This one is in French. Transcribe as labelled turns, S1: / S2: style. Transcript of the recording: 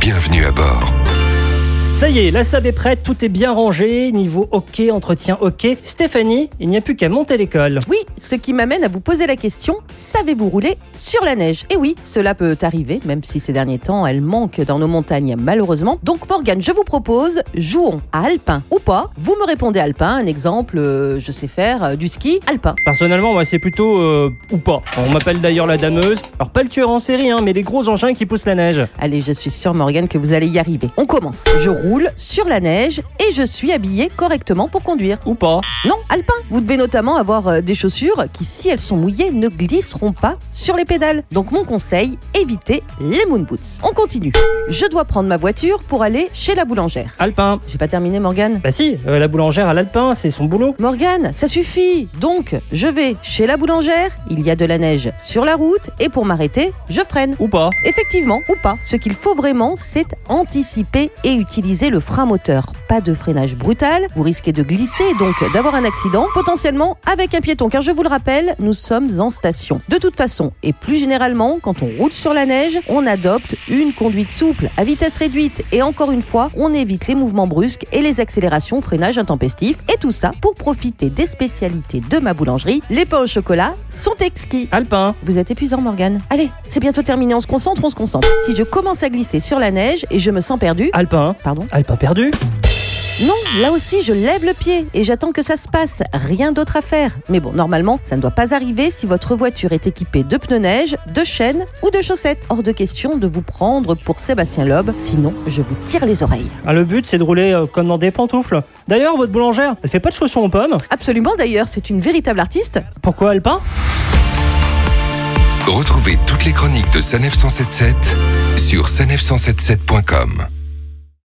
S1: Bienvenue à bord.
S2: Ça y est, la SAB est prête, tout est bien rangé, niveau hockey, entretien hockey. Stéphanie, il n'y a plus qu'à monter l'école.
S3: Oui, ce qui m'amène à vous poser la question, savez-vous rouler sur la neige Et oui, cela peut arriver, même si ces derniers temps, elle manque dans nos montagnes malheureusement. Donc Morgane, je vous propose, jouons à alpin ou pas. Vous me répondez alpin, un exemple, euh, je sais faire euh, du ski alpin.
S2: Personnellement, moi, c'est plutôt euh, ou pas. On m'appelle d'ailleurs la dameuse. Alors, pas le tueur en série, hein, mais les gros engins qui poussent la neige.
S3: Allez, je suis sûre Morgane que vous allez y arriver. On commence. Je roule sur la neige et je suis habillée correctement pour conduire.
S2: Ou pas.
S3: Non, alpin. Vous devez notamment avoir euh, des chaussures qui, si elles sont mouillées, ne glisseront pas sur les pédales. Donc mon conseil, évitez les moon boots. On continue. Je dois prendre ma voiture pour aller chez la boulangère.
S2: Alpin.
S3: J'ai pas terminé, Morgane
S2: Bah si, euh, la boulangère à l'alpin, c'est son boulot.
S3: Morgane, ça suffit Donc, je vais chez la boulangère, il y a de la neige sur la route, et pour m'arrêter, je freine.
S2: Ou pas.
S3: Effectivement, ou pas, ce qu'il faut vraiment, c'est anticiper et utiliser le frein moteur. Pas de freinage brutal, vous risquez de glisser et donc d'avoir un accident, potentiellement avec un piéton, car je vous le rappelle, nous sommes en station. De toute façon, et plus généralement, quand on roule sur la neige, on adopte une conduite souple, à vitesse réduite, et encore une fois, on évite les mouvements brusques et les accélérations, freinage intempestif, et tout ça pour profiter des spécialités de ma boulangerie. Les pains au chocolat sont exquis.
S2: Alpin.
S3: Vous êtes épuisant, Morgane. Allez, c'est bientôt terminé, on se concentre, on se concentre. Si je commence à glisser sur la neige et je me sens perdu. ah,
S2: Alpin.
S3: Pardon
S2: Alpin perdu.
S3: Non, là aussi, je lève le pied et j'attends que ça se passe. Rien d'autre à faire. Mais bon, normalement, ça ne doit pas arriver si votre voiture est équipée de pneus neige, de chaînes ou de chaussettes. Hors de question de vous prendre pour Sébastien Loeb, sinon je vous tire les oreilles.
S2: Ah, le but, c'est de rouler euh, comme dans des pantoufles. D'ailleurs, votre boulangère, elle fait pas de chaussons aux pommes.
S3: Absolument d'ailleurs, c'est une véritable artiste.
S2: Pourquoi alpin
S1: Retrouvez toutes les chroniques de Sanef 177 sur sanef177.com.